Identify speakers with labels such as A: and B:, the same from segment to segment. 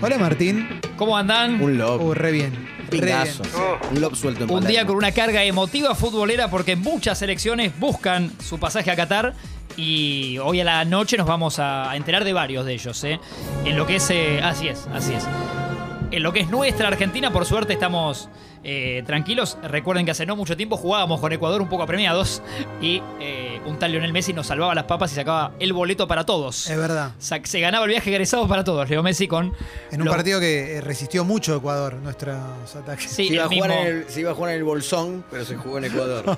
A: Hola Martín.
B: ¿Cómo andan?
C: Un lob.
A: Oh, re bien. re bien.
C: Pingazo. Un lob suelto en
B: Un día con
C: Palermo.
B: una carga emotiva futbolera porque muchas selecciones buscan su pasaje a Qatar y hoy a la noche nos vamos a enterar de varios de ellos. ¿eh? En lo que es... eh, así es, así es. En lo que es nuestra Argentina, por suerte estamos eh, tranquilos. Recuerden que hace no mucho tiempo jugábamos con Ecuador un poco apremiados y eh, un tal Lionel Messi nos salvaba las papas y sacaba el boleto para todos.
C: Eh.
A: Es verdad.
B: Sa- Se ganaba el viaje egresado para todos, Leo Messi con...
A: En un
B: los-
A: partido que eh, resistió mucho Ecuador nuestros ataques.
B: Sí,
C: se, iba a
B: el
C: jugar
B: mismo.
C: en el, se iba a jugar en el Bolsón, pero se jugó en Ecuador.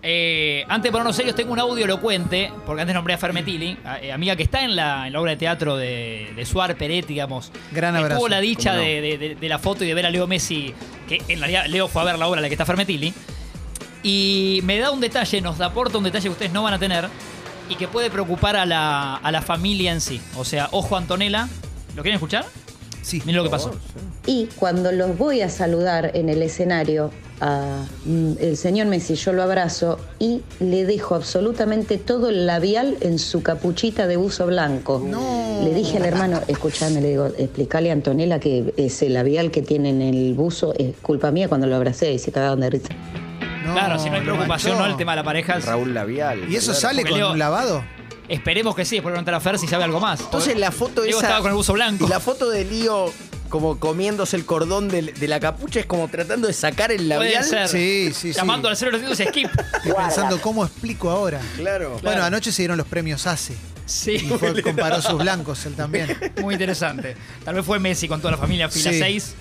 B: Eh, antes de ponernos serios, tengo un audio elocuente, porque antes nombré a Fermetili, a- eh, amiga que está en la, en la obra de teatro de, de Suar Peretti, digamos.
A: Gran abrazo.
B: Tuvo la dicha
C: cómo no.
B: de, de- de- de la foto y de ver a Leo Messi, que en realidad Leo fue a ver la obra en la que está Fermetili. Y me da un detalle, nos aporta un detalle que ustedes no van a tener y que puede preocupar a la, a la familia en sí. O sea, ojo Antonella. ¿Lo quieren escuchar?
A: Sí.
B: Miren lo que pasó.
D: Y cuando los voy a saludar en el escenario, a, mm, el señor Messi, yo lo abrazo y le dejo absolutamente todo el labial en su capuchita de buzo blanco.
A: No.
D: Le dije al hermano, escuchame, le digo, explicale a Antonella que ese labial que tiene en el buzo es culpa mía cuando lo abracé y se cagaron de risa.
A: No,
B: claro, si no hay
A: lo
B: preocupación,
A: manchó.
B: ¿no? El tema de la pareja.
C: Raúl Labial.
A: ¿Y eso
C: claro.
A: sale
B: porque
A: con
B: Leo-
A: un lavado?
B: Esperemos que sí, después preguntar a Fer si sabe algo más.
C: Entonces la foto
B: Diego
C: esa-
B: estaba con el buzo blanco.
C: Y la foto de Lío como comiéndose el cordón del- de, la capucha es como tratando de sacar el
B: Puede
C: labial.
B: ser.
A: Sí, sí, sí.
B: Llamando al 0800 skip.
A: Estoy pensando cómo explico ahora.
C: Claro.
A: Bueno, anoche se dieron los premios ACE.
B: Sí,
A: Y fue- comparó sus blancos él también.
B: muy interesante. Tal vez fue Messi con toda la familia, fila
A: Sí.
B: 6.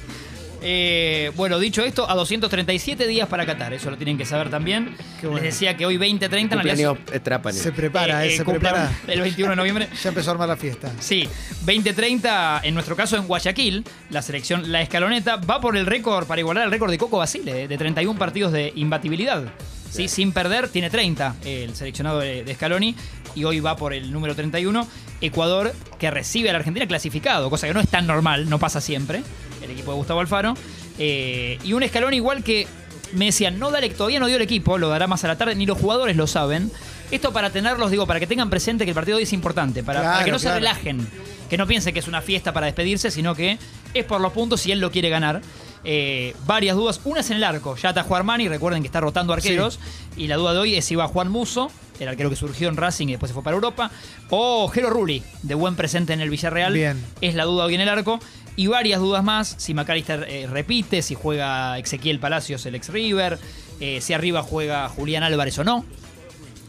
B: bueno, dicho esto, a 237 días para Qatar, eso lo tienen que saber también.
A: Qué bueno.
B: Les decía que hoy 20-30 en realidad,
C: Cumpleaños eh, Trapani.
A: Se prepara,
B: eh,
A: eh,
B: eh,
A: se
B: cumplen
A: prepara.
B: el 21 de noviembre.
A: Ya empezó a armar la fiesta.
B: Sí, 20-30 en nuestro caso en Guayaquil, la selección La Escaloneta va por el récord, para igualar el récord de Coco Basile, eh, de 31 partidos de imbatibilidad. ¿sí? Sin perder, tiene 30 eh, el seleccionado de, de Scaloni y hoy va por el número 31. Ecuador que recibe a la Argentina clasificado, cosa que no es tan normal, no pasa siempre, el equipo de Gustavo Alfaro. Eh, y un escalón igual que me decían, no dale, todavía no dio el equipo, lo dará más a la tarde, ni los jugadores lo saben. Esto para tenerlos, digo, para que tengan presente que el partido de hoy es importante, para, para
A: Claro,
B: que no se
A: claro.
B: relajen relajen. Que no piense que es una fiesta para despedirse, sino que es por los puntos si él lo quiere ganar. Eh, varias dudas. Una es en el arco. Ya está Juan Armani, recuerden que está rotando arqueros. Y la duda de hoy es si va Juan Muso, el arquero que surgió en Racing y después se fue para Europa, o Jero Rulli, de buen presente en el Villarreal.
A: Bien.
B: Es la duda hoy en el arco. Y varias dudas más. Si McAllister eh, repite, si juega Ezequiel Palacios, el ex River, eh, si arriba juega Julián Álvarez o no.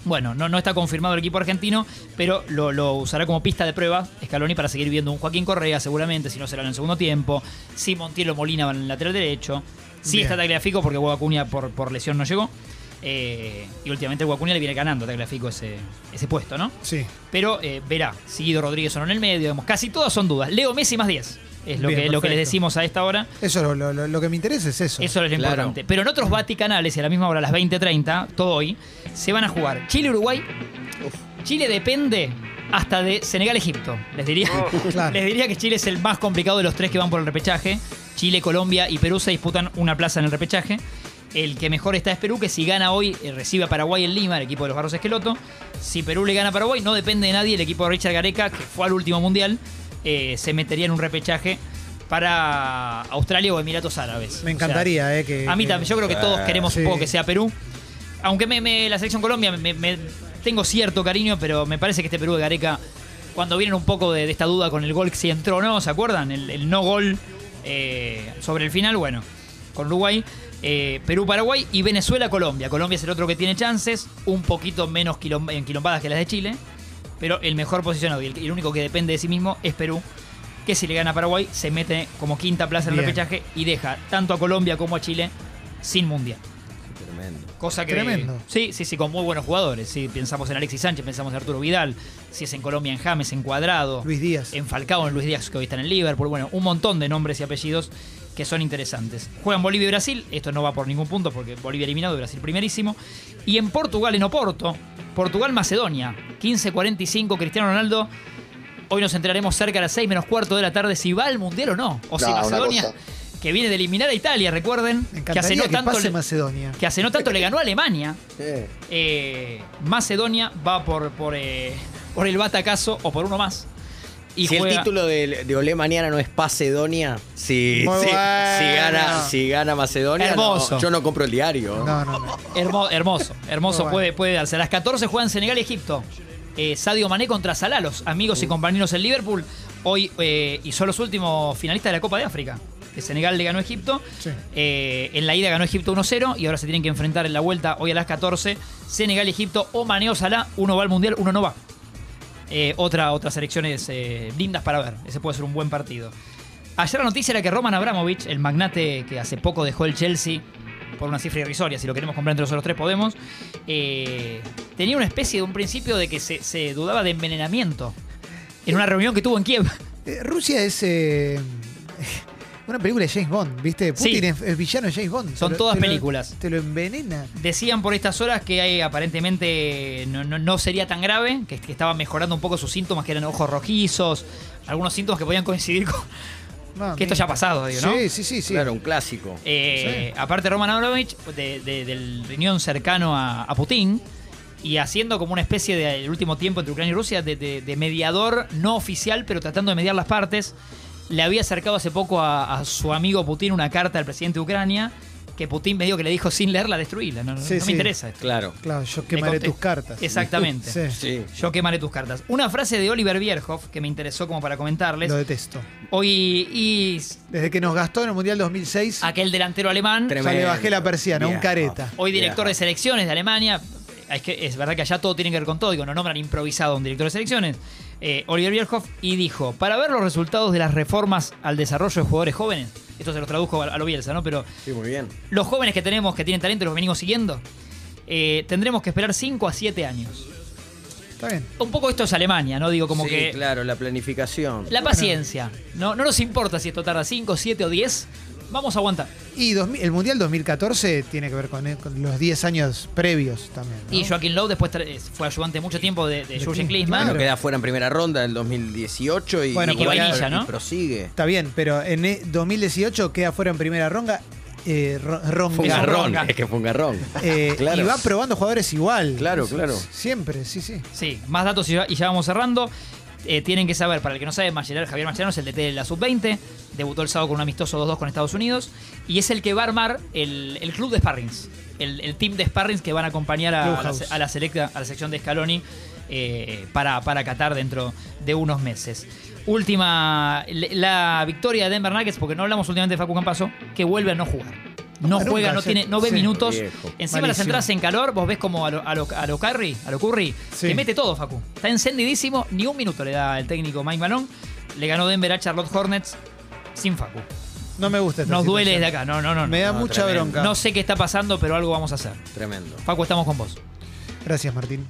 B: Bueno, no, no está confirmado el equipo argentino, pero lo, lo usará como pista de prueba Scaloni para seguir viendo un Joaquín Correa, seguramente, si no será en el segundo tiempo. Si Montielo Molina va en el lateral derecho. Si
A: Bien.
B: está Tagliafico, porque Guacuña por, por lesión no llegó. Eh, y últimamente Guacuña le viene ganando a Tagliafico ese, ese puesto, ¿no?
A: Sí.
B: Pero eh, verá, si Guido Rodríguez o no en el medio, digamos, casi todas son dudas. Leo Messi más 10 es lo,
A: Bien,
B: que, lo que les
A: perfecto.
B: decimos a esta hora.
A: Eso, lo, lo- lo- lo que me interesa es eso.
B: Eso es lo
C: Claro.
B: importante. Pero en otros Vaticanales, y a la misma hora, a las 20.30, todo hoy, se van a jugar Chile-Uruguay. Chile depende hasta de Senegal-Egipto. Les diría,
A: Claro.
B: les diría que Chile es el más complicado de los tres que van por el repechaje. Chile, Colombia y Perú se disputan una plaza en el repechaje. El que mejor está es Perú, que si gana hoy eh, recibe a Paraguay en Lima, el equipo de los Barros Esqueloto. Si Perú le gana a Paraguay, no depende de nadie. El equipo de Richard Gareca, que fue al último mundial, eh, se metería en un repechaje para Australia o Emiratos Árabes.
A: Me
B: O sea,
A: encantaría, eh, que,
B: a mí
A: que-
B: también, yo creo que todos
C: Ah,
B: queremos
A: sí.
B: un poco que sea Perú. Aunque me, me- la selección Colombia me, me- tengo cierto cariño, pero me parece que este Perú de Gareca, cuando vienen un poco de, de esta duda con el gol que si entró o no, ¿se acuerdan? El, el no gol eh, sobre el final, bueno, con Uruguay, eh, Perú-Paraguay y Venezuela-Colombia. Colombia es el otro que tiene chances, un poquito menos quilom- en quilombadas que las de Chile, pero el mejor posicionado y el, y el único que depende de sí mismo es Perú. Que si le gana a Paraguay, se mete como quinta plaza en el
A: Bien.
B: repechaje y deja tanto a Colombia como a Chile sin mundial.
C: Tremendo.
B: Cosa que.
A: Tremendo.
B: Sí, sí, sí, con muy buenos jugadores. Sí, pensamos en Alexis Sánchez, pensamos en Arturo Vidal. Si es en Colombia, en James, en Cuadrado.
A: Luis Díaz.
B: En Falcao, en Luis Díaz, que hoy están en Liverpool. Bueno, un montón de nombres y apellidos que son interesantes. Juegan Bolivia y Brasil. Esto no va por ningún punto porque Bolivia eliminado, Brasil primerísimo. Y en Portugal, en Oporto. Portugal-Macedonia. 15-45, Cristiano Ronaldo. Hoy nos enteraremos cerca de las 6 menos cuarto de la tarde si va al Mundial o no. O si
E: No, una
B: Macedonia,
E: cosa.
B: que viene de eliminar a Italia, recuerden.
A: Me
B: Que hace
A: encantaría
B: no
A: que,
B: tanto
A: pase
B: le-
A: Macedonia.
B: que hace no tanto le ganó a Alemania.
C: Eh,
B: Eh, Macedonia va por, por, eh, por el batacazo o por uno más. y
C: si el
B: juega-
C: título de, de Olé mañana no es Pacedonia, si,
A: Muy
C: si- si
A: bueno.
C: gana, si gana Macedonia, no,
B: Hermoso.
C: yo no compro el diario.
A: No, no, no.
B: Hermo- hermoso, hermoso,
A: Muy bueno.
B: puede, puede darse. A las 14 juegan Senegal y Egipto. Eh, Sadio Mané contra Salah, los amigos y compañeros en Liverpool. Hoy, eh, y son los últimos finalistas de la Copa de África. Que Senegal le ganó a Egipto.
A: Sí.
B: Eh, en la ida ganó Egipto 1-0 y ahora se tienen que enfrentar en la vuelta hoy a las 14. Senegal, Egipto o Mané o Salah. Uno va al Mundial, uno no va. Eh, otra, otras selecciones eh, lindas para ver. Ese puede ser un buen partido. Ayer la noticia era que Roman Abramovich, el magnate que hace poco dejó el Chelsea por una cifra irrisoria, si lo queremos comprar entre nosotros tres podemos, eh, tenía una especie de un principio de que se, se dudaba de envenenamiento en una reunión que tuvo en Kiev.
A: Eh, Rusia es eh, una película de James Bond, ¿viste?
B: Sí.
A: Putin es, es villano de James Bond.
B: Son
A: Te lo-
B: todas
A: te lo-
B: películas.
A: te lo envenena.
B: Decían por estas horas que eh, aparentemente no, no- no sería tan grave, que, que estaba mejorando un poco sus síntomas, que eran ojos rojizos, algunos síntomas que podían coincidir con...
A: Mamma
B: Que esto ya ha pasado, digo, ¿no?
A: Sí, sí, sí. sí.
C: Claro, un clásico.
B: Eh, Aparte Roman Abramovich, de- de- del riñón cercano a, a Putin, y haciendo como una especie de, el último tiempo entre Ucrania y Rusia, de, de- de mediador no oficial, pero tratando de mediar las partes, le había acercado hace poco a, a su amigo Putin una carta al presidente de Ucrania, que Putin me dijo que le dijo sin leerla, destruirla, no, no-
A: Sí,
B: no me
A: sí.
B: interesa esto.
C: Claro.
A: Claro, yo
B: Le
A: quemaré
B: conté.
A: tus cartas.
B: Exactamente.
A: Sí.
C: Sí.
B: Yo quemaré tus cartas. Una frase de Oliver Bierhoff que me interesó como para comentarles.
A: Lo detesto.
B: Hoy, y
A: Desde que nos gastó en el Mundial 2006,
B: aquel delantero alemán,
A: ya le
C: Tremendo.
A: bajé la persiana, un
C: Bien.
A: careta.
B: Hoy director
C: Viaja.
B: de selecciones de Alemania. Es, que es verdad que allá todo tiene que ver con todo. Digo, no nombran improvisado a un director de selecciones. Eh, Oliver Bierhoff y dijo, para ver los resultados de las reformas al desarrollo de jugadores jóvenes, esto se lo traduzco a, a lo Bielsa, ¿no? Pero
C: Sí, muy bien.
B: los jóvenes que tenemos, que tienen talento, los venimos siguiendo, eh, tendremos que esperar 5 a 7 años.
A: Está bien.
B: Un poco esto es Alemania, ¿no? Digo, como
C: Sí,
B: que
C: claro, la planificación.
B: la paciencia. No, no nos importa si esto tarda 5, 7 o 10. Vamos a aguantar.
A: Y 2000 el Mundial 2014 tiene que ver con, eh, con los 10 años previos también. ¿no?
B: Y Joaquín Lowe después tra- eh, fue ayudante mucho tiempo de,
A: De
B: de Jürgen
A: Klinsmann.
B: Klinsmann.
C: Bueno,
A: Claro.
C: queda fuera en primera ronda del 2018 y,
A: Bueno,
C: y
A: que
C: va-
B: vainilla,
C: y
B: ¿no?
C: prosigue.
A: Está bien, pero en eh, 2018 queda fuera en primera ronda. Eh, ro- ronga.
C: Fue un garrón,
B: garrón.
C: es que fue un garrón.
A: Eh,
C: Claro.
A: Y va probando jugadores igual.
C: Claro, claro.
A: Siempre, sí, sí.
B: Sí, más datos y ya, y ya vamos cerrando. Eh, tienen que saber, para el que no sabe, Mascherano- Javier Mascherano es el DT de la Sub-20. Debutó el sábado con un amistoso 2-2 con Estados Unidos. Y es el que va a armar el, el club de Sparrings. El, el team de Sparrings que van a acompañar a, a la,
A: Clubhouse.
B: se- a la selecta, a la sección de Scaloni eh, para, para Qatar dentro de unos meses. Última, le- la victoria de Denver Nuggets, porque no hablamos últimamente de Facu Campaso, que vuelve a no jugar. No
A: Nunca,
B: juega, no,
A: sí.
B: tiene, no ve
A: Sí.
B: minutos.
C: Viejo.
B: Encima las
A: Malísimo.
B: entradas en calor, vos ves como a lo, a lo, a lo Curry, a lo Curry,
A: Sí.
B: que mete todo, Facu. Está encendidísimo, ni un minuto le da el técnico Mike Malone. Le ganó Denver a Charlotte Hornets sin Facu.
A: No me gusta esta
B: Nos duele desde
A: situación.
B: acá, no, no, no. no.
A: Me da
C: No,
A: mucha
C: tremendo.
A: bronca.
B: No sé qué está pasando, pero algo vamos a hacer.
C: Tremendo.
B: Facu, estamos con vos.
A: Gracias, Martín.